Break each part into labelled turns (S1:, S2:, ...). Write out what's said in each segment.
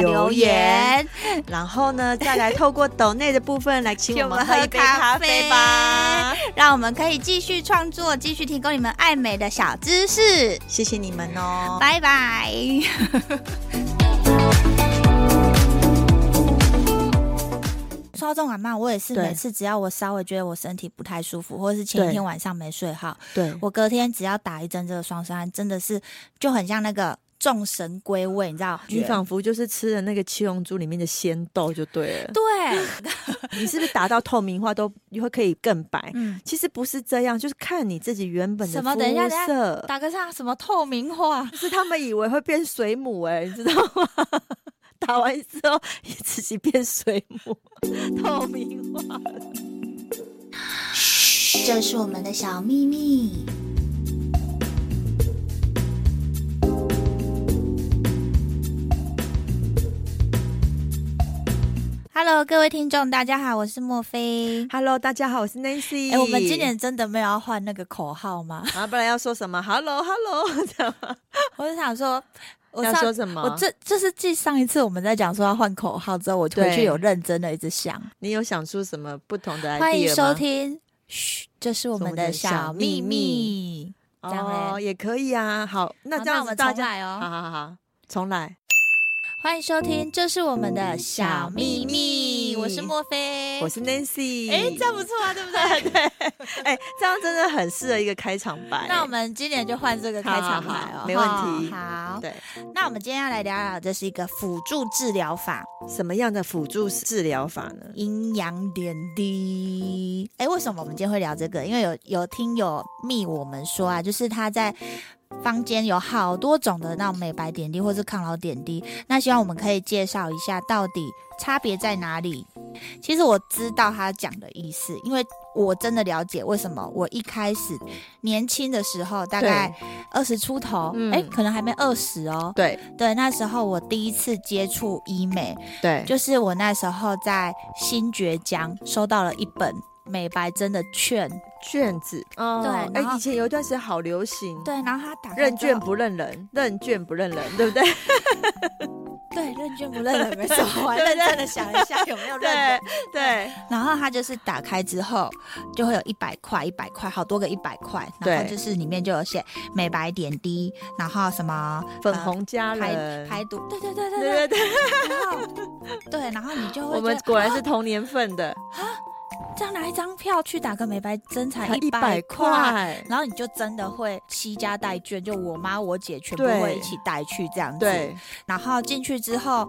S1: 留言，。然后呢，再来透过抖内的部分来请
S2: 请
S1: 我
S2: 我
S1: 们
S2: 们
S1: 喝
S2: 喝
S1: 一
S2: 一
S1: 杯
S2: 杯
S1: 咖
S2: 咖
S1: 啡
S2: 啡
S1: 吧。
S2: 让我们可以继续创作，继续提供你们爱美的小知识。
S1: 谢谢你们哦。
S2: 拜 拜。说到这种感冒，我也是
S1: 对
S2: 每次只要我稍微觉得我身体不太舒服，或者是前一
S1: 对
S2: 天晚上没睡好，
S1: 对，
S2: 我隔天只要打一针这个双生胺，真的是就很像那个众神归位，你知道？
S1: 你仿佛就是吃了那个七龙珠里面的仙豆就对了。
S2: 对，
S1: 你是不是达到透明化都会可以更白？
S2: 嗯，
S1: 其实不是这样，就是看你自己原本的
S2: 什
S1: 肤
S2: 么等一下等一下
S1: 色。
S2: 打个上什么透明化，
S1: 是他们以为会变水母哎、你知道吗？打完之后自己变水母，透明化。
S2: 这是我们的小秘密。Hello，各位听众，大家好，我是莫菲。
S1: Hello，大家好，我是 Nancy。
S2: 哎、我们今年真的没有要换那个口号吗？
S1: 啊，不然要说什么？Hello，Hello，这样吗
S2: 我就想说，我
S1: 要
S2: 上
S1: 说什么？
S2: 我这这是继上一次我们在讲说要换口号之后，我回去
S1: 对
S2: 有认真的一直想。
S1: 你有想出什么不同的 idea 吗？
S2: 欢迎收听，嘘，这是我们的小秘密。这样
S1: 哦，
S2: 嘞
S1: 也可以啊。好，那
S2: 好
S1: 这样
S2: 我
S1: 子
S2: 们
S1: 大
S2: 重
S1: 家，
S2: 来
S1: 好
S2: 哦。
S1: 好好，重来。
S2: 欢迎收听，这是我们的嗯小秘密。我是莫菲，
S1: 我是 Nancy。
S2: 哎，这样不错啊，对不 对？
S1: 哎、这样真的很适合一个开场白。
S2: 那我们今年就换这个开场白
S1: 好好
S2: 哦
S1: 好，没问题
S2: 哦好，
S1: 对
S2: 那我们今天要来聊聊，这是一个辅助治疗法
S1: 什么样的辅助治疗法呢？
S2: ——阴阳点滴。哎，为什么我们今天会聊这个？因为有有听友密我们说啊，就是他在。坊间有好多种的那种美白点滴或是抗老点滴，那希望我们可以介绍一下到底差别在哪里。其实我知道他讲的意思，因为我真的了解为什么我一开始年轻的时候，大概二十出头，
S1: 嗯
S2: 哎、可能还没二十哦。
S1: 对
S2: 对，那时候我第一次接触医美，
S1: 对，
S2: 就是我那时候在新觉江收到了一本美白针的券，
S1: 卷子，哦
S2: 对
S1: 哎、
S2: 然后
S1: 以前有一段时间好流行，，
S2: 对，然后他打开
S1: 认
S2: 之
S1: 卷
S2: 后
S1: 不认人，认卷不认人，对不对？
S2: 对，认卷不认人没什么，我还 认真的想一下有没有 认人。
S1: 对对
S2: 然后它就是打开之后，就会有一百块、一百块，好多个一百块。然后
S1: 对
S2: 就是里面就有写美白点滴，然后什么
S1: 粉红佳
S2: 啊排
S1: 人，
S2: 排毒，对对对对对。
S1: 对对对，
S2: 然后对，然后你就会
S1: 我们
S2: 觉得啊
S1: 果然是同年份的，
S2: 这样拿一张票去打个美白针才
S1: 一
S2: 百
S1: 百。块，
S2: 然后你就真的会惜家带眷，就我妈我姐全部
S1: 对
S2: 会一起带去这样子。
S1: 对
S2: 然后进去之后，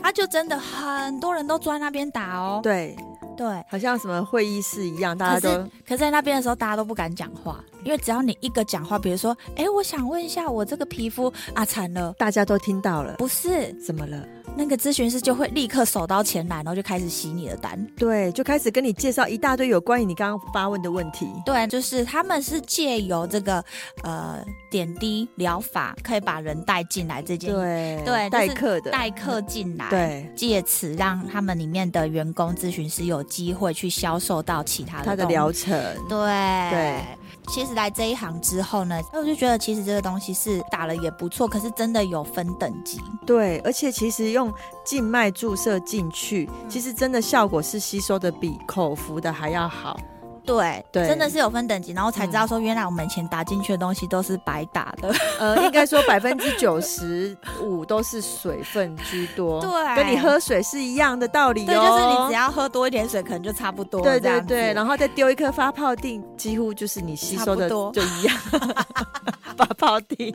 S2: 他就真的很多人都坐在那边打哦。
S1: 对，
S2: 对，
S1: 好像什么会议室一样，大
S2: 可
S1: 家都
S2: 是，可是在那边的时候，大家都不敢讲话，因为只要你一个讲话，比如说，哎，我想问一下，我这个皮肤啊，惨了，
S1: 大家都听到了，
S2: 不是
S1: 怎么了？
S2: 那个咨询师就会立刻手刀前来，然后就开始洗你的单。
S1: 对，就开始跟你介绍一大堆有关于你刚刚发问的问题。
S2: 对，就是他们是借由这个呃点滴疗法，可以把人带进来这件
S1: 对
S2: 对
S1: 代
S2: 就是
S1: 课的，
S2: 代客进来，，
S1: 对
S2: 借此让他们里面的员工咨询师有机会去销售到其他的
S1: 他的
S2: 东西
S1: 疗程，
S2: 对
S1: 对，
S2: 其实来这一行之后呢，我就觉得其实这个东西是打了也不错，可是真的有分等级。
S1: 对，而且其实用静脉注射进去，
S2: 嗯
S1: 其实真的效果是吸收的比口服的还要好。
S2: 对，
S1: 对嗯
S2: 真的是有分等级，然后才知道说原来我们以前打进去的东西都是白打的。
S1: 呃，应该说百分之九十五都是水分居多，
S2: 对
S1: 跟你喝水是一样的道理哦。
S2: 对，就是你只要喝多一点水，可能就差不多
S1: 对
S2: 这样
S1: 对
S2: 子
S1: 对，然后再丢一颗发泡锭，几乎就是你吸收的
S2: 差不多
S1: 就 一样。发泡锭，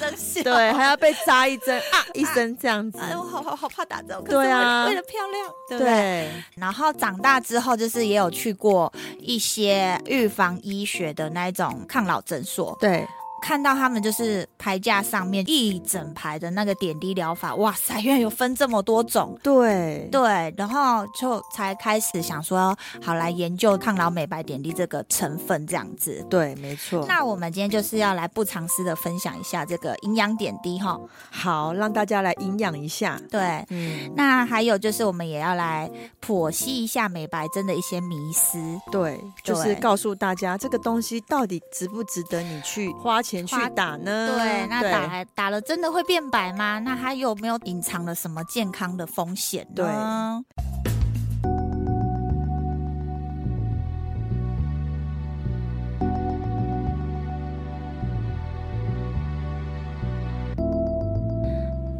S2: 真是
S1: 对，还要被扎一针啊一声这样子，
S2: 哎，我好好好怕打针，可是
S1: 对啊
S2: 为了为了漂亮，对不对？
S1: 对
S2: 然后长大之后，就是也有去过一些预防医学的那一种抗老诊所，
S1: 对
S2: 看到他们就是牌架上面一整排的那个点滴疗法，哇塞，原来有分这么多种。
S1: 对
S2: 对，然后就才开始想说，好来研究抗老美白点滴这个成分这样子。
S1: 对，没错。
S2: 那我们今天就是要来不藏私的分享一下这个营养点滴哈。
S1: 好，让大家来营养一下。
S2: 对，
S1: 嗯，
S2: 那还有就是我们也要来剖析一下美白针的一些迷思。
S1: 对，就是
S2: 对
S1: 告诉大家这个东西到底值不值得你去花钱去
S2: 花
S1: 打呢？
S2: 对，那打来打了真的会变白吗？
S1: 嗯
S2: 那它有没有隐藏了什么健康的风险呢？
S1: 对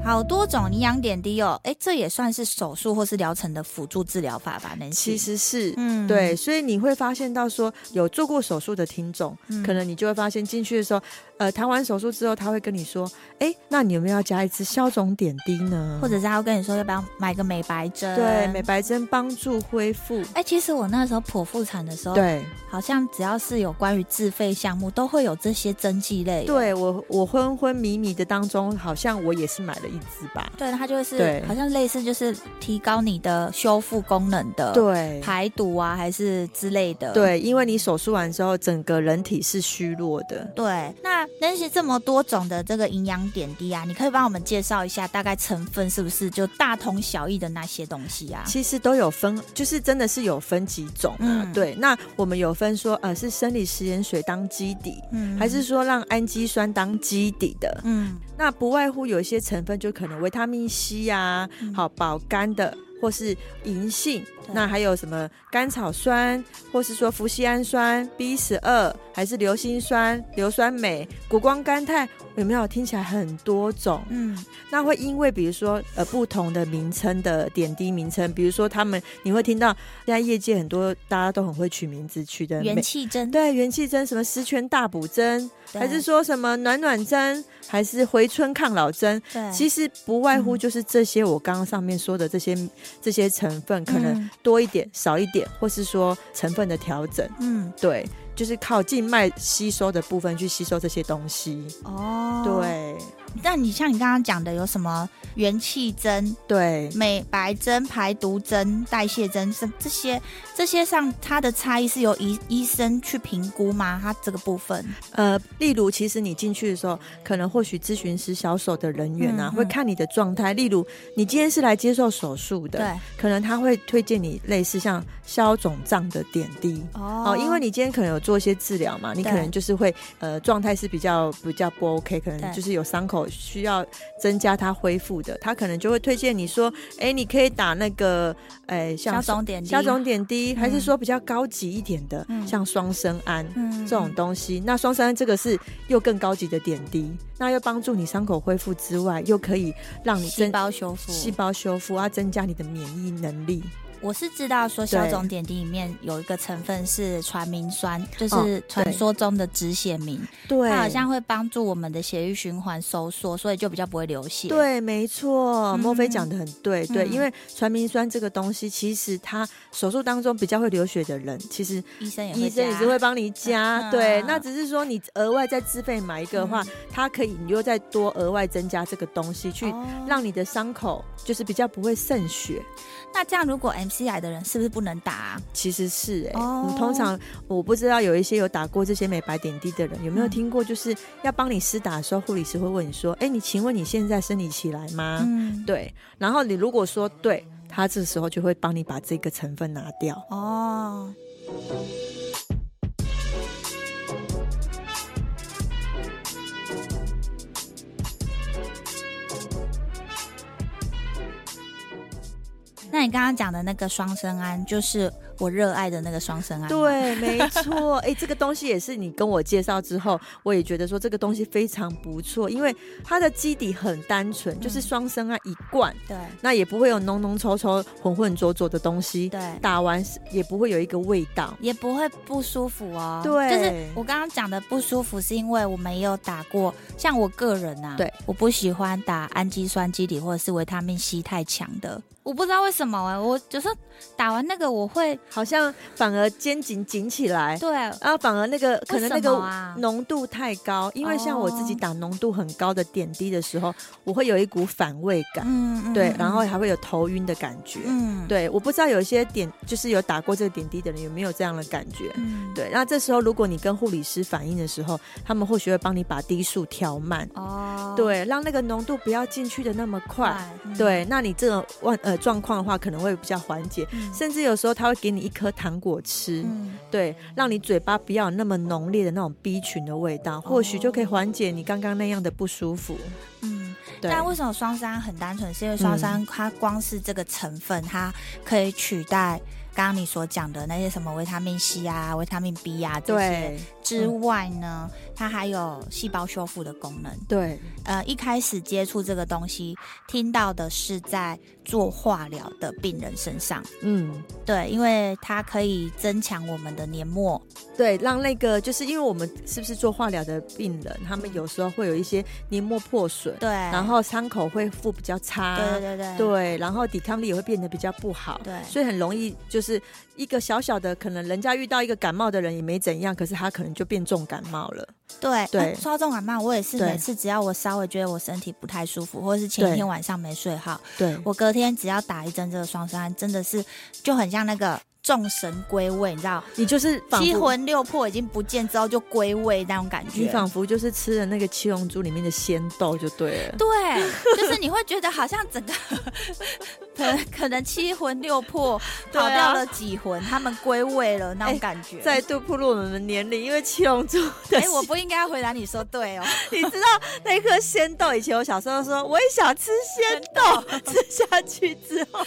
S2: 好多种营养点滴哦，哎，这也算是手术或是疗程的辅助治疗法吧？能
S1: 其，实是。
S2: 嗯
S1: 对，，所以你会发现到说，有做过手术的听众，
S2: 嗯
S1: 可能你就会发现进去的时候，呃，谈完手术之后，他会跟你说，哎，那你有没有要加一支消肿点滴呢？
S2: 或者是他会跟你说要不要买个美白针？
S1: 对美。白针帮助恢复，
S2: 哎，其实我那时候剖腹产的时候，
S1: 对，
S2: 好像只要是有关于自费项目，都会有这些针剂类。
S1: 对我我昏昏迷迷的当中，好像我也是买了一支吧，
S2: 对，它就是
S1: 对
S2: 好像类似就是提高你的修复功能的，，
S1: 对。
S2: 排毒啊还是之类的。
S1: 对，因为你手术完之后，整个人体是虚弱的。
S2: 对，那那些这么多种的这个营养点滴啊，你可以帮我们介绍一下大概成分是不是就大同小异的那些东西啊？
S1: 其实都有分，就是真的是有分几种啊。
S2: 嗯
S1: 对，那我们有分说，呃，是生理食盐水当基底，
S2: 嗯
S1: 还是说让氨基酸当基底的？
S2: 嗯
S1: 那不外乎有一些成分，就可能维他命 C 呀、
S2: 嗯
S1: 好保肝的，或是银杏，
S2: 对
S1: 那还有什么甘草酸，或是说氟西氨酸、B 十二，还是硫辛酸、硫酸镁、谷胱甘肽，有没有听起来很多种？
S2: 嗯
S1: 那会因为比如说呃不同的名称的点滴名称，比如说他们你会听到现在业界很多大家都很会取名字，取的
S2: 元气针，
S1: 对元气针、什么十全大补针，
S2: 对
S1: 还是说什么暖暖针，还是回春抗老针，
S2: 对，
S1: 其实不外乎
S2: 嗯
S1: 就是这些我刚刚上面说的这些这些成分，可能
S2: 嗯
S1: 多一点、少一点，或是说成分的调整，
S2: 嗯
S1: 对，就是靠静脉吸收的部分去吸收这些东西。
S2: 哦，。
S1: 对
S2: 那你像你刚刚讲的有什么元气针、
S1: 对，
S2: 美白针、排毒针、代谢针，是这些这些上它的差异是由医医生去评估吗？它这个部分，
S1: 呃，例如其实你进去的时候，可能或许咨询师、销售的人员啊，
S2: 嗯嗯
S1: 会看你的状态。例如你今天是来接受手术的，
S2: 对，
S1: 可能他会推荐你类似像消肿胀的点滴。
S2: 哦
S1: 哦，因为你今天可能有做一些治疗嘛，你
S2: 对
S1: 可能就是会呃状态是比较比较不 OK，可
S2: 对
S1: 能就是有伤口需要增加它恢复的，他可能就会推荐你说，哎，你可以打那个哎
S2: 消
S1: 像
S2: 肿点滴，
S1: 消肿点滴，还
S2: 嗯
S1: 是说比较高级一点的，
S2: 嗯
S1: 像双生胺。
S2: 嗯
S1: 这种东西，那双三这个是又更高级的点滴，那又帮助你伤口恢复之外，又可以让你
S2: 嗯细
S1: 增
S2: 胞修复，
S1: 细胞修复，啊，增加你的免疫能力。
S2: 我是知道说消肿点滴里面有一个成分是传明酸，就是传说中的止血明，
S1: 对，
S2: 它好像会帮助我们的血液循环收缩，所以就比较不会流血。，
S1: 对，没错，莫非
S2: 嗯
S1: 讲的很对，对，
S2: 嗯
S1: 因为传明酸这个东西，其实它手术当中比较会流血的人，其实
S2: 医生也会
S1: 医生也是
S2: 加
S1: 会帮你加，
S2: 嗯
S1: 对
S2: 嗯，
S1: 那只是说你额外再自费买一个的话，
S2: 嗯
S1: 它可以你又再多额外增加这个东西，去
S2: 哦
S1: 让你的伤口就是比较不会渗血。
S2: 那这样，如果 MCI 的人是不是不能打啊、
S1: 其实是哎、
S2: 哦
S1: 嗯通常我不知道有一些有打过这些美白点滴的人有没有
S2: 嗯
S1: 听过，就是要帮你施打的时候，护理师会问你说：“哎、你请问你现在生理期来吗？”
S2: 嗯，
S1: 对，然后你如果说对，他这时候就会帮你把这个成分拿掉。
S2: 哦。那你刚刚讲的那个双生胺，就是我热爱的那个双生胺。，
S1: 对，没错，哎、这个东西也是你跟我介绍之后，我也觉得说这个东西非常不错，因为它的基底很单纯，就是
S2: 嗯
S1: 双生啊一罐，
S2: 对
S1: 那也不会有浓浓稠稠、浑浑浊浊的东西，
S2: 对，
S1: 打完是也不会有一个味道。
S2: 也不会不舒服哦。
S1: 对
S2: 就是我刚刚讲的不舒服，是因为我没有打过。像我个人啊，
S1: 对，
S2: 我不喜欢打氨基酸基欸底或者是维他命 C 太强的，我不知道为什么哎、我就是打完那个我会
S1: 好像反而肩颈紧起来，
S2: 对，啊
S1: 然后反而那个可能那
S2: 为什
S1: 个
S2: 么啊
S1: 浓度太高，因为像我自己
S2: 哦
S1: 打浓度很高的点滴的时候，我会有一股反胃感，
S2: 嗯，嗯
S1: 对，然后还会有头晕的感觉。
S2: 嗯，
S1: 对，我不知道有一些点就是有打过这个点滴的人有没有这样的感觉。
S2: 嗯，
S1: 对，那这时候如果你跟护理师反映的时候，他们或许会帮你把滴数调慢，
S2: 哦，
S1: 对，让那个浓度不要进去的那么快。
S2: 快，嗯，
S1: 对，那你这种万呃状况的话，可能会比较缓解，
S2: 嗯
S1: 甚至有时候他会给你一颗糖果吃，
S2: 嗯
S1: 对，让你嘴巴不要有那么浓烈的那种 B 群的味
S2: 哦
S1: 道，或许就可以缓解你刚刚那样的不舒服。
S2: 嗯，
S1: 对，嗯
S2: 但为什么双山很单纯？是因为双山它光是这个成分，它可以取代刚刚你所讲的那些什么维他命 C 啊、维他命 B 啊这些
S1: 对嗯
S2: 之外呢，它还有细胞修复的功能。
S1: 对
S2: 呃，一开始接触这个东西，听到的是在做化疗的病人身上，
S1: 嗯。
S2: 对，因为它可以增强我们的黏膜，
S1: 对，让那个就是因为我们是不是做化疗的病人，他们有时候会有一些黏膜破损，
S2: 对，
S1: 然后伤口恢复比较差，
S2: 对对对
S1: 对然后抵抗力也会变得比较不好，
S2: 对
S1: 所以很容易就是一个小小的，可能人家遇到一个感冒的人也没怎样，可是他可能就变重感冒了，
S2: 对
S1: 对
S2: 啊说到重感冒，我也是
S1: 对
S2: 每次只要我稍微觉得我身体不太舒服，或者是前一
S1: 对
S2: 天晚上没睡好，
S1: 对，
S2: 我隔天只要打一针这个双山，真的是就很像那个众神归位，你知道，
S1: 你就是仿
S2: 七
S1: 佛。
S2: 魂六魄已经不见之后就归位那种感
S1: 你
S2: 觉。
S1: 仿佛就是吃了那个《七龙珠》里面的仙豆就对了，
S2: 对，就是你会觉得好像整个可可能七魂六魄
S1: 对啊
S2: 跑掉了几魂，他们归位了那种
S1: 哎
S2: 感觉。
S1: 再度暴露我们的年龄，因为《七龙珠》的
S2: 哎、我不应该回答你说 对哦，
S1: 你知道那颗仙豆？以前我小时候说我也想吃仙豆，吃下去之后，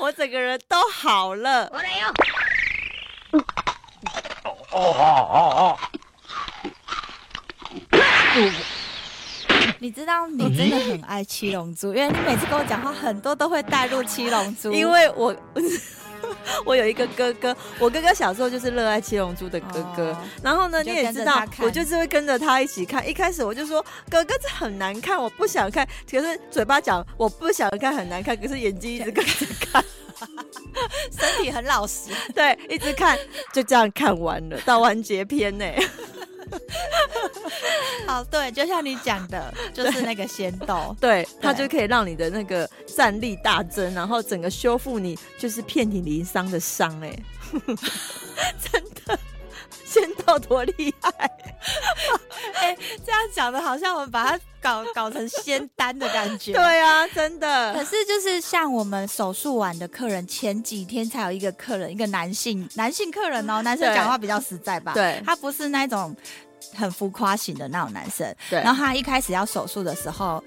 S1: 我整个人都好了。
S2: 你知道
S1: 嗯
S2: 你真的很爱七龙珠，因为你每次跟我讲话很多都会带入七龙珠，
S1: 因为我 我有一个哥哥，我哥哥小时候就是热爱七龙珠的哥哥。
S2: 哦
S1: 然后呢，
S2: 你
S1: 你
S2: 就
S1: 也
S2: 跟着
S1: 知道
S2: 他，看
S1: 我就是会跟着他一起看。一开始我就说哥哥这很难看，我不想看。可是嘴巴讲我不想看很难看，可是眼睛一直看，
S2: 身体很老实。
S1: 对，一直看，就这样看完了，到完结 篇呢、
S2: 好，哦对，就像你讲 的，就是那个仙豆。
S1: 对，它
S2: 对
S1: 就可以让你的那个战力大增，然后整个修复你就是遍体鳞伤的伤、哎， 真的，仙豆多厉害！
S2: 哎、 这样讲的好像我们把它搞搞成仙丹的感 觉。。
S1: 对啊，真
S2: 可
S1: 的，
S2: 是，就是像我们手术完的客人，前几天才有一个客人，一个男性男性客人哦，男生
S1: 对
S2: 讲话比较实在吧？
S1: 对
S2: 他不是那种很浮夸型的那种男生。
S1: 对
S2: 然后他一开始要手术的时候，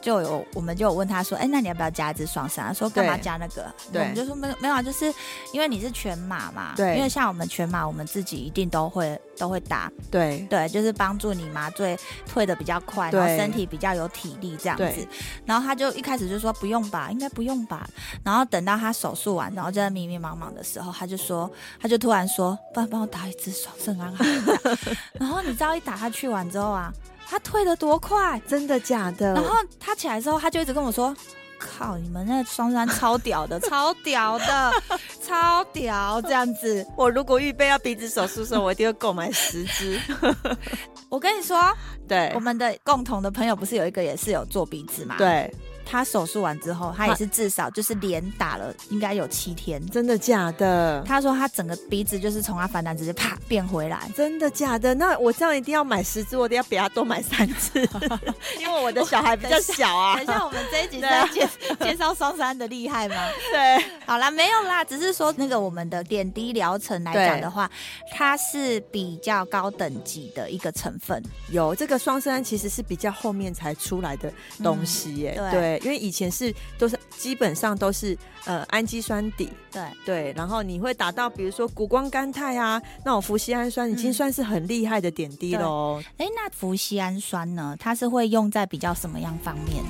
S2: 就有我们就有问他说：“哎、那你要不要加一支双闪？”他说：“干嘛
S1: 对
S2: 加那个？”我
S1: 对
S2: 们就说：“没有没有啊，就是因为你是全麻嘛，
S1: 对
S2: 因为像我们全麻，我们自己一定都会都会打，
S1: 对
S2: 对，就是帮助你麻醉退的比较快，
S1: 对
S2: 然后身体比较有体力这样子
S1: 对。
S2: 然后他就一开始就说不用吧，应该不用吧。然后等到他手术完，然后就在迷迷茫茫的时候，他就说，他就突然说，不然帮我打一支双肾安好了。 然后你知道一打下去完之后啊，他退的多快，
S1: 真的假的？
S2: 然后他起来之后，他就一直跟我说。靠！你们那双山超屌的，超屌的，超屌这样子。
S1: 我如果预备要鼻子手术的时候，我一定会购买十支。
S2: 我跟你说，
S1: 对
S2: 我们的共同的朋友不是有一个也是有做鼻子嘛？，
S1: 对，
S2: 他手术完之后，他也是至少就是连打了应该有七天。
S1: 真的假的？
S2: 他说他整个鼻子就是从他反弹直接啪变回来。
S1: 真的假的？那我这样一定要买十支，我得要比他多买三支， 因为我的小孩比较小啊
S2: 等一。下，我们这一集
S1: 对
S2: 在
S1: 啊
S2: 介介绍双山的厉害吗？
S1: 对，
S2: 好啦，没有啦，只是说那个我们的点滴疗程来讲的话，它是比较高等级的一个成分。
S1: 有这个双生其实是比较后面才出来的东西耶，
S2: 嗯对
S1: 对因为以前是都是基本上都是呃氨基酸底，
S2: 对，
S1: 对，然后你会达到比如说谷胱甘肽啊那种氟西氨酸，已经算是很厉害的点滴喽。
S2: 哎，那氟西氨酸呢？它是会用在比较什么样方面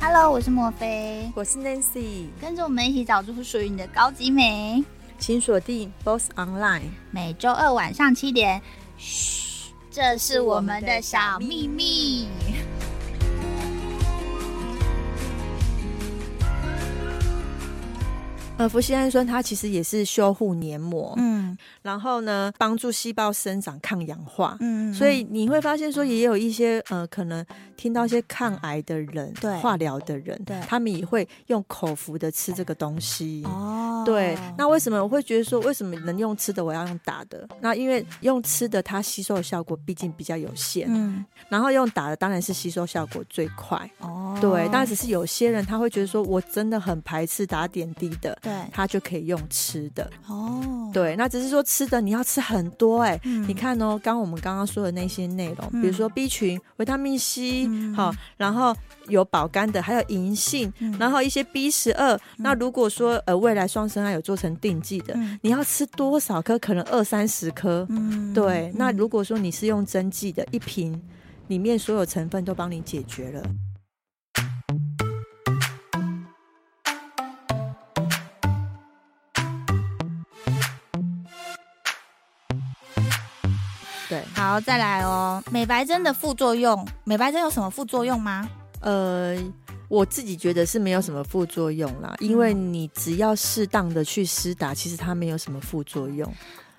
S2: ？Hello，我是莫菲。
S1: 我是 Nancy，
S2: 跟着我们一起找出属于你的高级美。
S1: 请锁定 Boss Online。
S2: 每周二晚上七点，嘘，这是我们的小秘密。
S1: 呃，氟西氨酸它其实也是修护黏膜，
S2: 嗯
S1: 然后呢，帮助细胞生长、抗氧化。
S2: 嗯，
S1: 所以你会发现说，也有一些呃，可能听到一些抗癌的人、
S2: 对
S1: 化疗的人
S2: 对，
S1: 他们也会用口服的吃这个东西。
S2: 哦，
S1: 对，那为什么我会觉得说，为什么能用吃的，我要用打的？那因为用吃的，它吸收的效果毕竟比较有限，
S2: 嗯
S1: 然后用打的当然是吸收效果最快。
S2: 哦，
S1: 对，但只是有些人他会觉得说，我真的很排斥打点滴的，
S2: 对
S1: 他就可以用吃的。
S2: 哦，
S1: 对，那只是说吃的你要吃很多哎、
S2: 嗯，
S1: 你看哦，刚刚我们刚刚说的那些内容，比如说 B 群、维他命 C，
S2: 嗯
S1: 好、然后有保肝的，还有银杏，
S2: 嗯，
S1: 然后一些 B 十二。那如果说呃未来双生爱有做成定剂的，
S2: 嗯
S1: 你要吃多少颗？可能二三十颗。
S2: 嗯
S1: 对，那
S2: 嗯
S1: 如果说你是用针剂的，一瓶里面所有成分都帮你解决了。对，
S2: 好，再来哦。美白针的副作用，美白针有什么副作用吗？
S1: 呃，我自己觉得是没有什么副作用啦，因为
S2: 嗯
S1: 你只要适当的去施打，其实它没有什么副作用。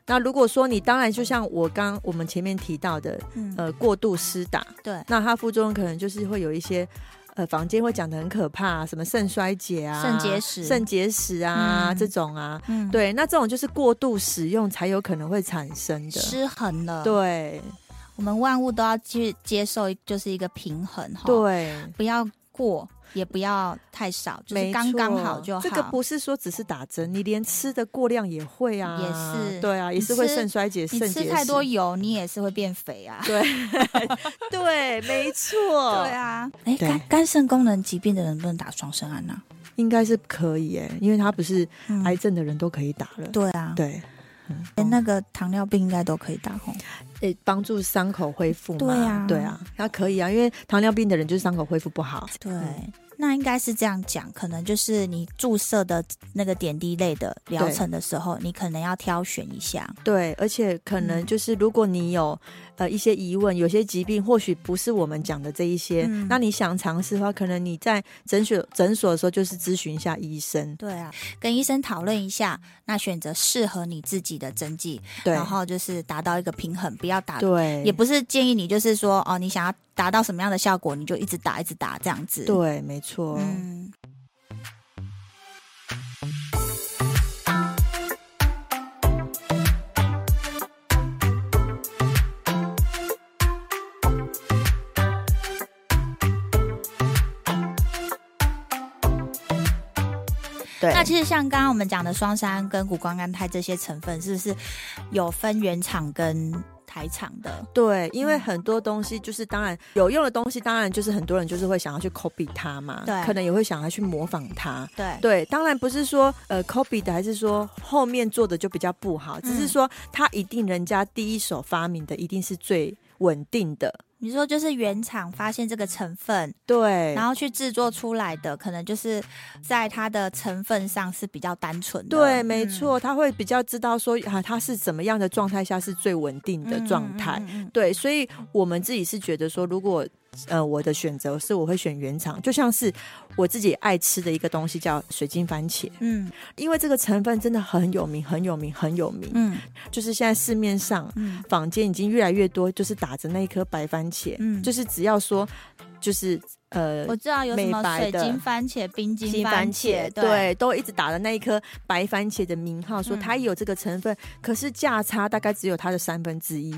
S1: 那如果说你当然就像我刚我们前面提到的，
S2: 嗯，
S1: 呃，过度施打，
S2: 对，
S1: 那它副作用可能就是会有一些，呃，房间会讲的很可怕、什么肾衰竭啊、
S2: 肾结石
S1: 肾结石啊、
S2: 嗯
S1: 这种啊，
S2: 嗯，
S1: 对，那这种就是过度使用才有可能会产生的，
S2: 失衡了。，
S1: 对
S2: 我们万物都要去接受，就是一个平衡哈。，
S1: 对，
S2: 不要过，也不要太少，就是
S1: 没
S2: 刚刚
S1: 错
S2: 好就好。
S1: 这个不是说只是打针，你连吃的过量也会啊，
S2: 也是
S1: 对啊，也是
S2: 你
S1: 会
S2: 吃
S1: 肾衰竭、
S2: 你
S1: 肾结
S2: 吃
S1: 石。
S2: 太多油，你也是会变肥啊。
S1: 对 对，没错，
S2: 对啊，哎，
S1: 对
S2: 肝肝肾功能疾病的人不能打双生胺啊呐。
S1: 应该是可以诶，因为它不是
S2: 嗯
S1: 癌症的人都可以打了。
S2: 对啊，
S1: 哎对，
S2: 连那个糖尿病应该都可以打吼。
S1: 诶，帮助伤口恢复嘛。
S2: 对啊
S1: 对啊，那可以啊，因为糖尿病的人就是伤口恢复不好。
S2: 对，
S1: 嗯
S2: 那应该是这样讲，可能就是你注射的那个点滴类的疗程的时候，你可能要挑选一下。
S1: 对，而且可
S2: 嗯
S1: 能就是如果你有、呃一些疑问，有些疾病或许不是我们讲的这一些，
S2: 嗯
S1: 那你想尝试的话，可能你在诊所诊所的时候就是咨询一下医生。
S2: 对啊，跟医生讨论一下，那选择适合你自己的针剂，
S1: 对
S2: 然后就是达到一个平衡，不要打，
S1: 对，
S2: 也不是建议你就是说哦，你想要达到什么样的效果，你就一直打一直打这样子。，
S1: 对，没错。
S2: 嗯。
S1: 对，
S2: 那其实像刚刚我们讲的双山跟谷胱甘肽这些成分，是不是有分原厂跟台厂的？
S1: 对，因为
S2: 嗯
S1: 很多东西就是当然有用的东西，当然就是很多人就是会想要去 copy 它嘛，
S2: 对
S1: 可能也会想要去模仿它。
S2: 对
S1: 对，当然不是说呃 copy 的，还是说后面做的就比较不好，
S2: 嗯
S1: 只是说它一定人家第一手发明的一定是最稳定的，
S2: 你说就是原厂发现这个成分，
S1: 对，
S2: 然后去制作出来的，可能就是在它的成分上是比较单纯的。
S1: 对，
S2: 嗯
S1: 没，错，他会比较知道说啊，他是怎么样的状态下是最稳定的状态。
S2: 嗯。嗯嗯嗯
S1: 对，所以我们自己是觉得说，如果呃我的选择是我会选原厂，就像是我自己爱吃的一个东西叫水晶番茄，
S2: 嗯
S1: 因为这个成分真的很有名，很有名，很有名，
S2: 嗯
S1: 就是现在市面上
S2: 嗯
S1: 坊间已经越来越多，就是打着那一颗白番茄，
S2: 嗯
S1: 就是只要说就是呃
S2: 我。知道有什么
S1: 美白
S2: 水
S1: 的
S2: 晶番茄、冰晶
S1: 新番茄，
S2: 对，
S1: 对，都一直打的那一颗白番茄的名号，说
S2: 嗯
S1: 它也有这个成分，可是价差大概只有它的三分之一。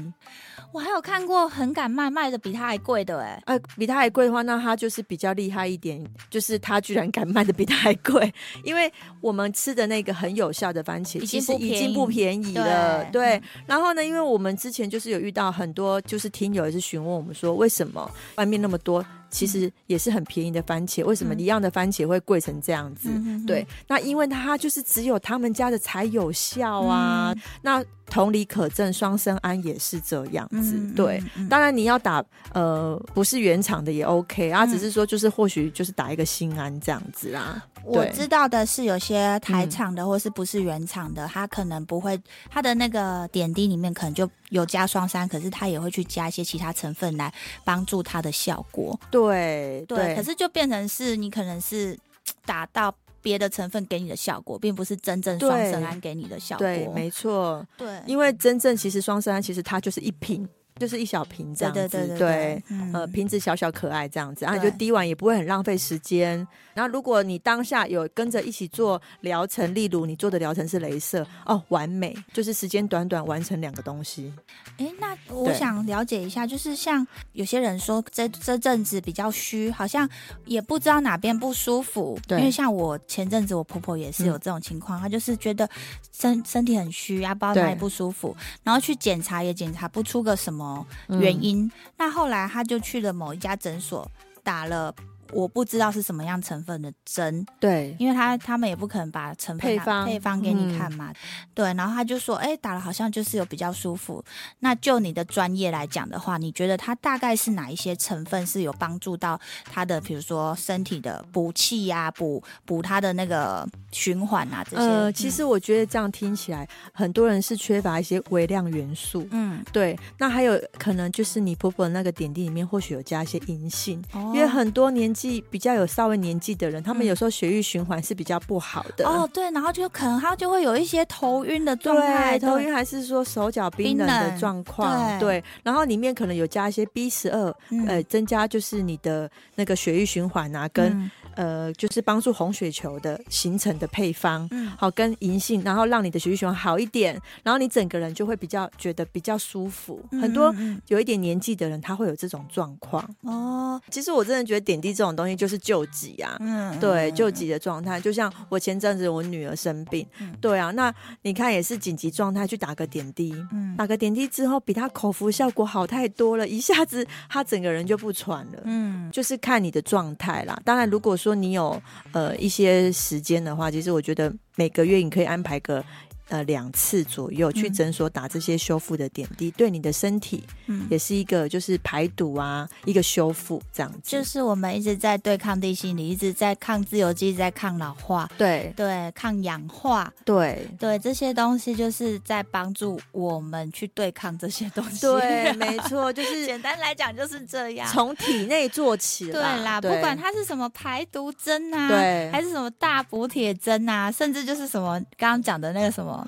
S2: 我还有看过很敢卖，卖的比它还贵的哎。
S1: 呃，比它还贵的话，那它就是比较厉害一点，就是它居然敢卖的比它还贵，因为我们吃的那个很有效的番茄，
S2: 已经
S1: 其实
S2: 不
S1: 已
S2: 便
S1: 经不
S2: 宜
S1: 便宜了，
S2: 对嗯
S1: 对。然后呢，因为我们之前就是有遇到很多，就是听友也是询问我们说，为什么外面那么多，其实也是很便宜的番茄，为什么
S2: 嗯
S1: 一样的番茄会贵成这样子？
S2: 嗯哼
S1: 对，那因为它就是只有他们家的才有效
S2: 嗯
S1: 啊。那同理可证，双生胺也是这样子，对。，
S2: 嗯嗯
S1: 当然你要打呃不是原厂的也 OK 啊，
S2: 嗯
S1: 只是说就是或许就是打一个心安这样子啦。
S2: 我
S1: 对嗯
S2: 知道的是，有些台厂的或是不是原厂的，它可能不会，它的那个点滴里面可能就有加双三，可是它也会去加一些其他成分来帮助它的效果。
S1: 对
S2: 对，可是就变成是你可能是打到别的成分给你的效果，并不是真正双色胺给你的效果。
S1: 对，没错，
S2: 对，
S1: 因为真正其实双色胺其实它就是一瓶，就是一小瓶这样
S2: 对
S1: 子，
S2: 对对对对嗯
S1: 呃，瓶子小小可爱这样子，然后啊
S2: 对
S1: 你就滴完也不会很浪费时间。然后如果你当下有跟着一起做疗程，例如你做的疗程是镭射，哦，完美，就是时间短短完成两个东西。
S2: 哎，那我
S1: 对
S2: 想了解一下，就是像有些人说这这阵子比较虚，好像也不知道哪边不舒服。
S1: 对嗯
S2: 因为像我前阵子我婆婆也是有这种情况，她就是觉得身身体很虚啊，不知道哪里
S1: 对
S2: 不舒服，然后去检查也检查不出个什么
S1: 嗯
S2: 原因。那后来她就去了某一家诊所打了。我不知道是什么样成分的针，
S1: 对
S2: 因为他他们也不可能把成分拿
S1: 配方嗯
S2: 配方给你看嘛，对。然后他就说，哎、打了好像就是有比较舒服。那就你的专业来讲的话，你觉得它大概是哪一些成分是有帮助到他的，比如说身体的补气呀、补补他的那个循环啊这些？
S1: 呃，其实我觉得这样听起来，很多人是缺乏一些微量元素。
S2: 嗯，
S1: 对，那还有可能就是你婆婆那个点滴里面，或许有加一些银杏，
S2: 嗯，哦
S1: 因为很多年纪比较有稍微年纪的人，他
S2: 嗯
S1: 们有时候血液循环是比较不好的。
S2: 哦，对，然后就可能他就会有一些头晕的状态，
S1: 对，头晕还是说手脚冰
S2: 冰
S1: 冷的
S2: 冷
S1: 状况，
S2: 对
S1: 对，然后里面可能有加一些 B 十二，
S2: 嗯，
S1: 呃，增加就是你的那个血液循环啊，跟、
S2: 嗯
S1: 呃，就是帮助红血球的形成的配方，
S2: 嗯
S1: 好跟银杏，然后让你的血液循环好一点，然后你整个人就会比较觉得比较舒服。很多
S2: 嗯
S1: 有一点年纪的人，他会有这种状况。
S2: 嗯哦，
S1: 其实我真的觉得点滴这种东西就是救急啊，
S2: 嗯，
S1: 对，
S2: 嗯
S1: 救急的状态，就像我前阵子我女儿生病，
S2: 嗯
S1: 对啊，那你看也是紧急状态去打个点滴，
S2: 嗯
S1: 打个点滴之后比她口服效果好太多了，一下子她整个人就不喘了。
S2: 嗯
S1: 就是看你的状态啦。当然，如果说你有呃一些时间的话，其实我觉得每个月你可以安排个呃两次左右去
S2: 嗯
S1: 诊所打这些修复的点滴，对你的身体
S2: 嗯，
S1: 也是一个就是排毒啊，一个修复这样子。
S2: 就是我们一直在对抗地心引力，一直在抗自由基，一直在抗老化，
S1: 对
S2: 对，抗氧化，
S1: 对。
S2: 对这些东西，就是在帮助我们去对抗这些东西。
S1: 对，没错，就是
S2: 简单来讲就是这样。
S1: 从体内做起
S2: 对
S1: 啦。
S2: 啦，不管它是什么排毒针啊，
S1: 对
S2: 还是什么大补铁针啊，甚至就是什么刚刚讲的那个什么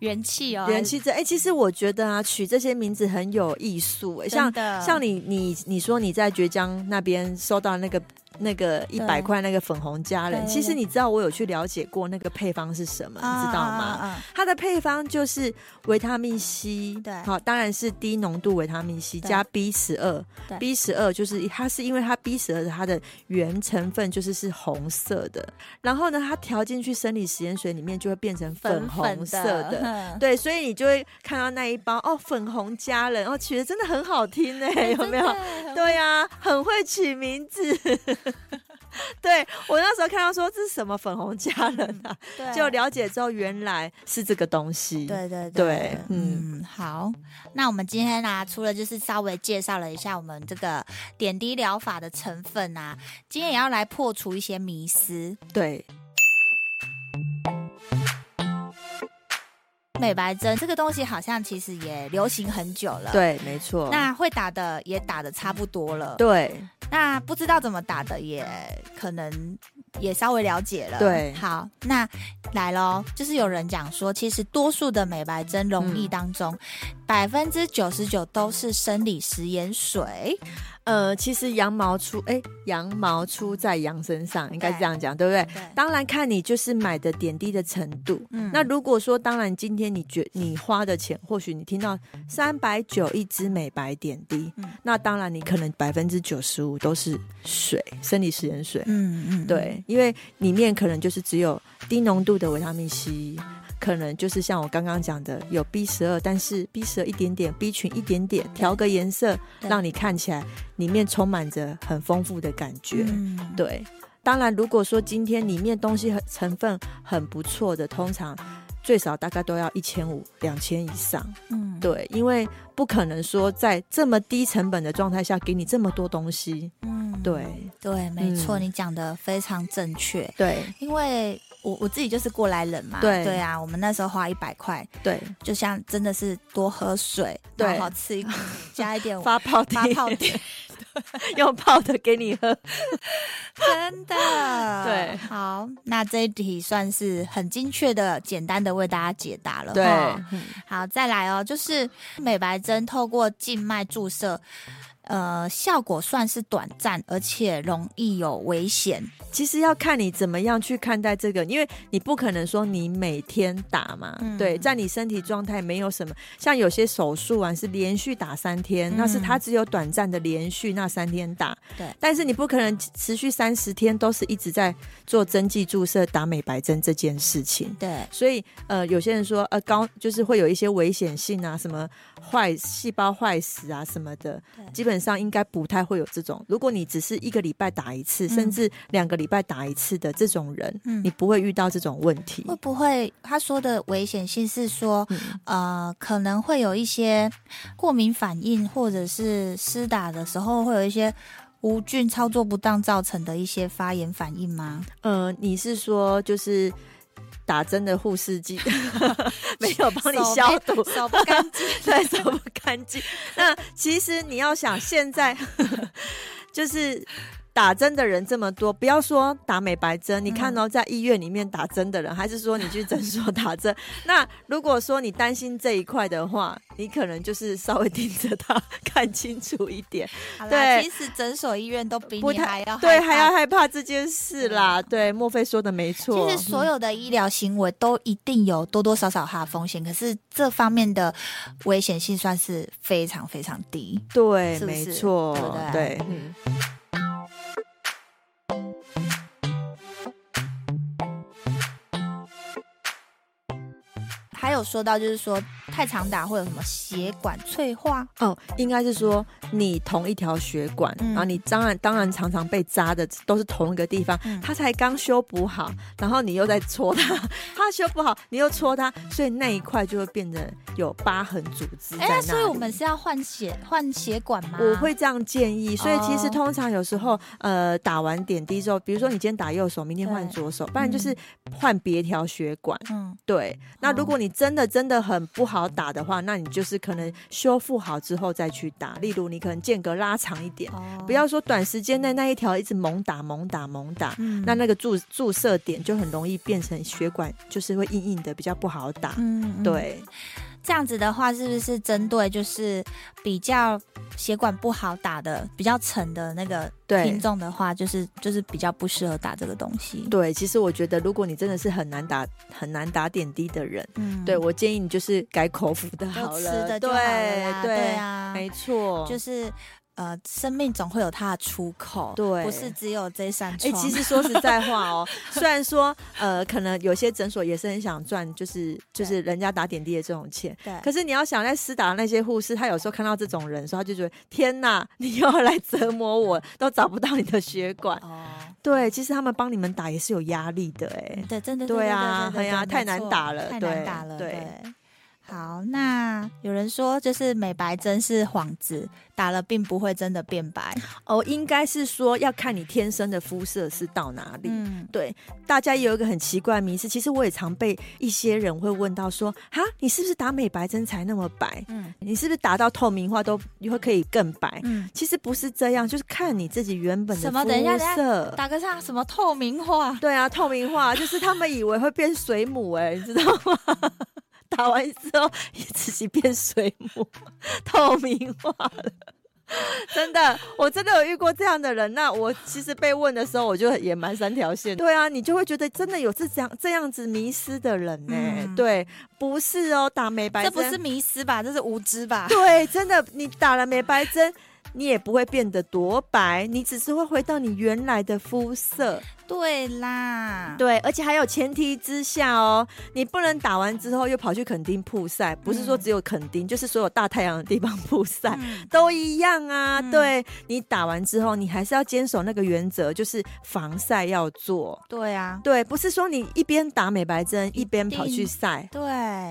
S2: 元气哦，
S1: 元气针，哎、其实我觉得啊，取这些名字很有艺术、哎，
S2: 还是
S1: 像
S2: 真的
S1: 像你你你说你在绝江那边收到那个那个一百块那个粉红佳人，
S2: 对
S1: 其实你知道我有去了解过那个配方是什么，你知道吗？？
S2: 啊
S1: 它的配方就是维他命 C，
S2: 对
S1: 好，当然是低浓度维他命 C
S2: 对
S1: 加 B 十二
S2: 对
S1: ，B 十二就是它是因为它 B 十二它的原成分就是是红色的，然后呢，它调进去生理实验水里面就会变成
S2: 粉
S1: 粉
S2: 粉
S1: 红色 的，
S2: 嗯
S1: 对，所以你就会看到那一包哦，粉红佳人哦，取的真的很好听呢，有没有？
S2: 哎真的
S1: 对呀、很会取名字。 对我那时候看到说这是什么粉红佳人啊，
S2: 对
S1: 就了解之后原来是这个东西。
S2: 对对
S1: 对
S2: 嗯好。那我们今天呢、除了就是稍微介绍了一下我们这个点滴疗法的成分啊，今天也要来破除一些迷思。
S1: 对
S2: 美白针这个东西好像其实也流行很久了，。
S1: 对，没错。
S2: 那会打的也打的差不多了，
S1: 对
S2: 那不知道怎么打的也可能也稍微了解了。
S1: 对
S2: 好，那来喽，就是有人讲说，其实多数的美白针溶液当中，百分之九十九都是生理食盐水。
S1: 呃，其实羊毛出哎、羊毛出在羊身上，应该是
S2: 对
S1: 这样讲，对不对？
S2: 对，
S1: 当然看你就是买的点滴的程度。
S2: 嗯
S1: 那如果说，当然今天你觉你花的钱，或许你听到三百九一支美白点滴，
S2: 嗯
S1: 那当然你可能百分之九十五都是水，生理食盐水。
S2: 嗯嗯，
S1: 对，因为里面可能就是只有低浓度的维他命 C，可能就是像我刚刚讲的有 B 十二，但是 B 十二一点点，B 群一点点，调个颜色，
S2: 对
S1: 让你看起来里面充满着很丰富的感觉。
S2: 嗯，
S1: 对，当然，如果说今天里面东西很成分很不错的，通常最少大概都要一千五、两千以上。
S2: 嗯，
S1: 对，因为不可能说在这么低成本的状态下给你这么多东西。
S2: 嗯，
S1: 对，
S2: 对，没错，
S1: 嗯
S2: 你讲的非常正确，
S1: 对，
S2: 因为。我我自己就是过来人嘛，
S1: 对
S2: 对啊，我们那时候花一百块，
S1: 对，
S2: 就像真的是多喝水，
S1: 对
S2: 然后吃一 加一点
S1: 嗯发泡地
S2: 发泡点，
S1: 用泡的给你喝。
S2: 真的，
S1: 对
S2: 好，那这一题算是很精确的、简单的为大家解答了。
S1: 对，嗯
S2: 哈好，再来哦，就是美白针透过静脉注射，呃，效果算是短暂，而且容易有危险。
S1: 其实要看你怎么样去看待这个，因为你不可能说你每天打嘛，
S2: 嗯
S1: 对，在你身体状态没有什么，像有些手术啊是连续打三天，
S2: 嗯
S1: 那是它只有短暂的连续那三天打，
S2: 对
S1: 但是你不可能持续三十天都是一直在做针剂注射打美白针这件事情。
S2: 对，
S1: 所以，呃，有些人说，呃，高就是会有一些危险性啊，什么坏细胞坏死啊什么的
S2: 对，
S1: 基本上应该不太会有这种。如果你只是一个礼拜打一次，
S2: 嗯
S1: 甚至两个礼拜打一次的这种人，
S2: 嗯
S1: 你不会遇到这种问题。
S2: 会不会他说的危险性是说，
S1: 嗯
S2: 呃，可能会有一些过敏反应，或者是施打的时候会有一些无菌操作不当造成的一些发炎反应吗？
S1: 呃，你是说就是打针的护士 剂没有帮你消毒？
S2: 手不干净。
S1: 对，手不干净。 那其实你要想，现在 就是打针的人这么多，不要说打美白针，你看
S2: 嗯
S1: 哦，在医院里面打针的人，还是说你去诊所打针？ 那如果说你担心这一块的话，你可能就是稍微盯着他看清楚一 点，
S2: 好啦，
S1: 对
S2: 其实诊所医院都比
S1: 不
S2: 你
S1: 太
S2: 还要
S1: 对，
S2: 害
S1: 还
S2: 怕啊
S1: 要害怕这件事啦。对，莫非说的没错。嗯
S2: 其实所有的医疗行为都一定有多多少少它的风险，可是这方面的危险性算是非常非常低。
S1: 对，
S2: 是不
S1: 没
S2: 是
S1: 错
S2: 对不，对
S1: 对，嗯。
S2: 还有说到就是说太常打会有什么血管脆化，
S1: 哦，应该是说你同一条血管，
S2: 嗯
S1: 然后你当然当然常常被扎的都是同一个地方，
S2: 嗯
S1: 它才刚修补好，然后你又在戳它， 它修不好，你又戳它，所以那一块就会变得有疤痕组织在
S2: 哎、
S1: 那
S2: 那
S1: 里。
S2: 所以我们是要换血换血管吗？
S1: 我会这样建议，所以其
S2: 哦
S1: 实通常有时候，呃，打完点滴之后，比如说你今天打右手，明天换
S2: 对
S1: 左手，不然就是换别条血管。
S2: 嗯，
S1: 对，那
S2: 哦
S1: 如果你真的真的很不好打的话，那你就是可能修复好之后再去打。例如，你可能间隔拉长一点，
S2: 哦
S1: 不要说短时间内那一条一直猛打猛打猛打，
S2: 嗯
S1: 那那个注注射点就很容易变成血管，就是会硬硬的，比较不好打。
S2: 嗯嗯
S1: 对，
S2: 这样子的话，是不是针对就是比较血管不好打的、比较沉的那个
S1: 对
S2: 听众的话，就是就是比较不适合打这个东西？
S1: 对，其实我觉得，如果你真的是很难打很难打点滴的人，
S2: 嗯
S1: 对我建议你就是改口服的好
S2: 就
S1: 了，
S2: 吃的就
S1: 对
S2: 好了啦
S1: 对
S2: 对啊，
S1: 没错，
S2: 就是呃，生命总会有它的出口，
S1: 对
S2: 不是只有这扇
S1: 哎、
S2: 窗。
S1: 其实说实在话 哦，虽然说呃，可能有些诊所也是很想赚，就是就是人家打点滴的这种钱。
S2: 对，
S1: 可是你要想，在私打的那些护士，他有时候看到这种人的时候，他就觉得天哪，你又要来折磨我，都找不到你的血 管。
S2: 哦，
S1: 对，其实他们帮你们打也是有压力的、哎，
S2: 对，真的，
S1: 对啊
S2: 对对对对
S1: 哎呀
S2: 对
S1: 太
S2: 没
S1: 难
S2: 错
S1: 打了
S2: 太难
S1: 对
S2: 打了，
S1: 对
S2: 对。好，那有人说就是美白针是幌子，打了并不会真的变白。
S1: 哦，应该是说要看你天生的肤色是到哪里。
S2: 嗯，
S1: 对，大家也有一个很奇怪的迷思，其实我也常被一些人会问到说，哈，你是不是打美白针才那么白？
S2: 嗯
S1: 你是不是达到透明化都会可以更白？
S2: 嗯，
S1: 其实不是这样，就是看你自己原本的
S2: 什么等一下
S1: 肤色。
S2: 打个啥什么透明化？
S1: 对啊，透明化就是他们以为会变水母、哎，你知道吗？ 打完之后也自己变水母， 透明化了。真的，我真的有遇过这样的人。那我其实被问的时候，我就也蛮三条线的。对啊，你就会觉得真的有这这样这样子迷失的人呢、哎
S2: 嗯
S1: 对，不是哦，打美白
S2: 这
S1: 针
S2: 不是迷失吧？这是无知 吧？
S1: 对，真的，你打了美白针，你也不会变得多白，你只是会回到你原来的肤色。
S2: 对啦，
S1: 对，而且还有前提之下哦，你不能打完之后又跑去垦丁曝晒，不是说只有垦丁，就是所有大太阳的地方曝晒。
S2: 嗯
S1: 都一样啊，
S2: 嗯
S1: 对你打完之后，你还是要坚守那个原则，就是防晒要做。
S2: 对啊，
S1: 对，不是说你一边打美白针一边跑
S2: 定
S1: 去晒，
S2: 对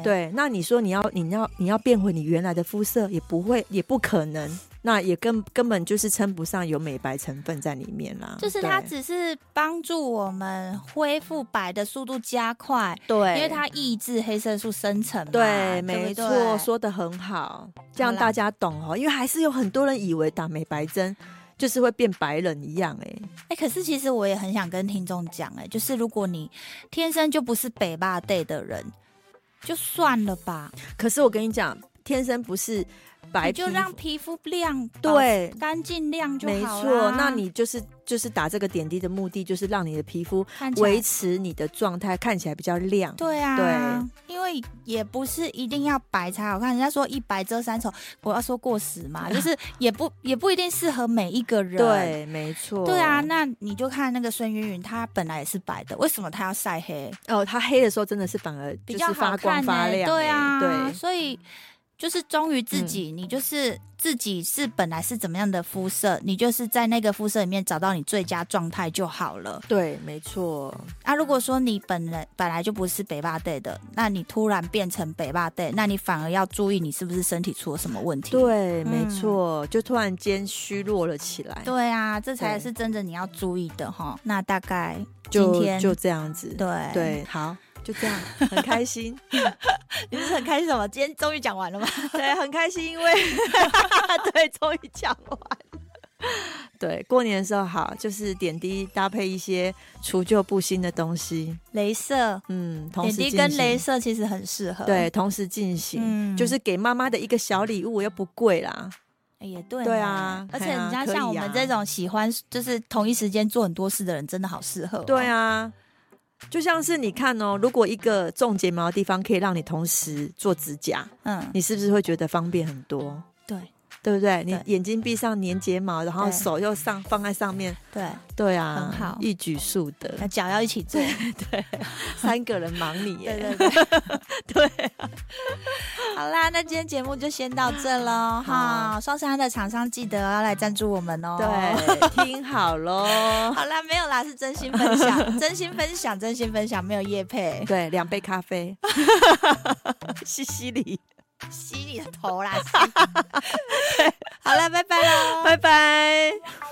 S1: 对，那你说你要你要你要变回你原来的肤色，也不会，也不可能，那也根根本就是称不上有美白成分在里面啦。
S2: 就是
S1: 对
S2: 它只是帮助我们恢复白的速度加快，
S1: 对，
S2: 因为它抑制黑色素生成嘛。
S1: 对，
S2: 不
S1: 没错，
S2: 对
S1: 说的很好，这
S2: 好
S1: 样
S2: 啦
S1: 大家懂哦。因为还是有很多人以为打美白针。就是会变白人一样、欸，哎，
S2: 哎、可是其实我也很想跟听众讲，哎，就是如果你天生就不是北霸 day 的人，就算了吧，
S1: 可是我跟你讲，天生不是白
S2: 你
S1: 皮
S2: 就让皮肤亮，
S1: 对
S2: 保持干净亮就
S1: 没
S2: 好
S1: 错
S2: 啦，
S1: 那你就是就是打这个点滴的目的，就是让你的皮肤
S2: 看起来
S1: 维持你的状态，看起来比较亮。
S2: 对啊，对，因为也不是一定要白才好看，人家说一白遮三丑，我要说过时嘛， 就是也不也不一定适合每一个人。
S1: 对，没错。
S2: 对啊，那你就看那个孙云云，她本来也是白的，为什么她要晒黑？
S1: 哦，它黑的时候真的是反而
S2: 比
S1: 就
S2: 较
S1: 是
S2: 好
S1: 发
S2: 看、
S1: 光
S2: 欸、
S1: 发亮、
S2: 对
S1: 哎
S2: 啊，
S1: 对，嗯
S2: 所以。就是忠于自己，你就是自己是本来是怎么样的肤色，你就是在那个肤色里面找到你最佳状态就好了。
S1: 对，没错，
S2: 啊，如果说你本人本来就不是北霸 day 的，那你突然变成北霸 day，那你反而要注意你是不是身体出了什么问题。
S1: 对，
S2: 嗯
S1: 没错，就突然间虚弱了起来，
S2: 对啊，这才
S1: 对
S2: 是真正你要注意的哈。那大概今
S1: 就
S2: 天
S1: 就这样子，
S2: 对，
S1: 对，好，就这样，很开心，
S2: 你不是很开心吗？今天终于讲完了吗？
S1: 对，很开心，因为对，终于讲完。对，过年的时候好，就是点滴搭配一些除旧布新的东西，
S2: 镭射
S1: 嗯，同
S2: 点
S1: 时
S2: 滴
S1: 进
S2: 跟镭
S1: 行，
S2: 射其实很适合。
S1: 对，同时进行，
S2: 嗯
S1: 就是给妈妈的一个小礼物，又不贵啦，
S2: 哎也对
S1: 对
S2: 呢
S1: 啊
S2: 而且
S1: 哎呀
S2: 人家
S1: 可以
S2: 像我
S1: 啊
S2: 们这种喜欢就是同一时间做很多事的人，真的好适合、哦
S1: 对，啊，就像是你看哦，如果一个种睫毛的地方可以让你同时做指甲，
S2: 嗯，
S1: 你是不是会觉得方便很多？
S2: 对
S1: 对不对？你
S2: 对
S1: 眼睛闭上粘睫毛，然后
S2: 对
S1: 手又上放在上面，
S2: 对，
S1: 对啊，
S2: 很好
S1: 一举数得，
S2: 那脚要一 起做。
S1: 哎三个人忙你
S2: 对
S1: 耶，
S2: 对对 好啦，那今天节目就先到这喽哈。双十二的厂商记得要来赞助我们哦。。
S1: 啊对，听好 喽，
S2: 好啦，没有啦，是真心分 享，真心分享，真心分享，没有叶配，
S1: 对，两杯咖 啡，西西里，
S2: 洗你的头啦！洗好啦，拜拜喽，
S1: 拜拜。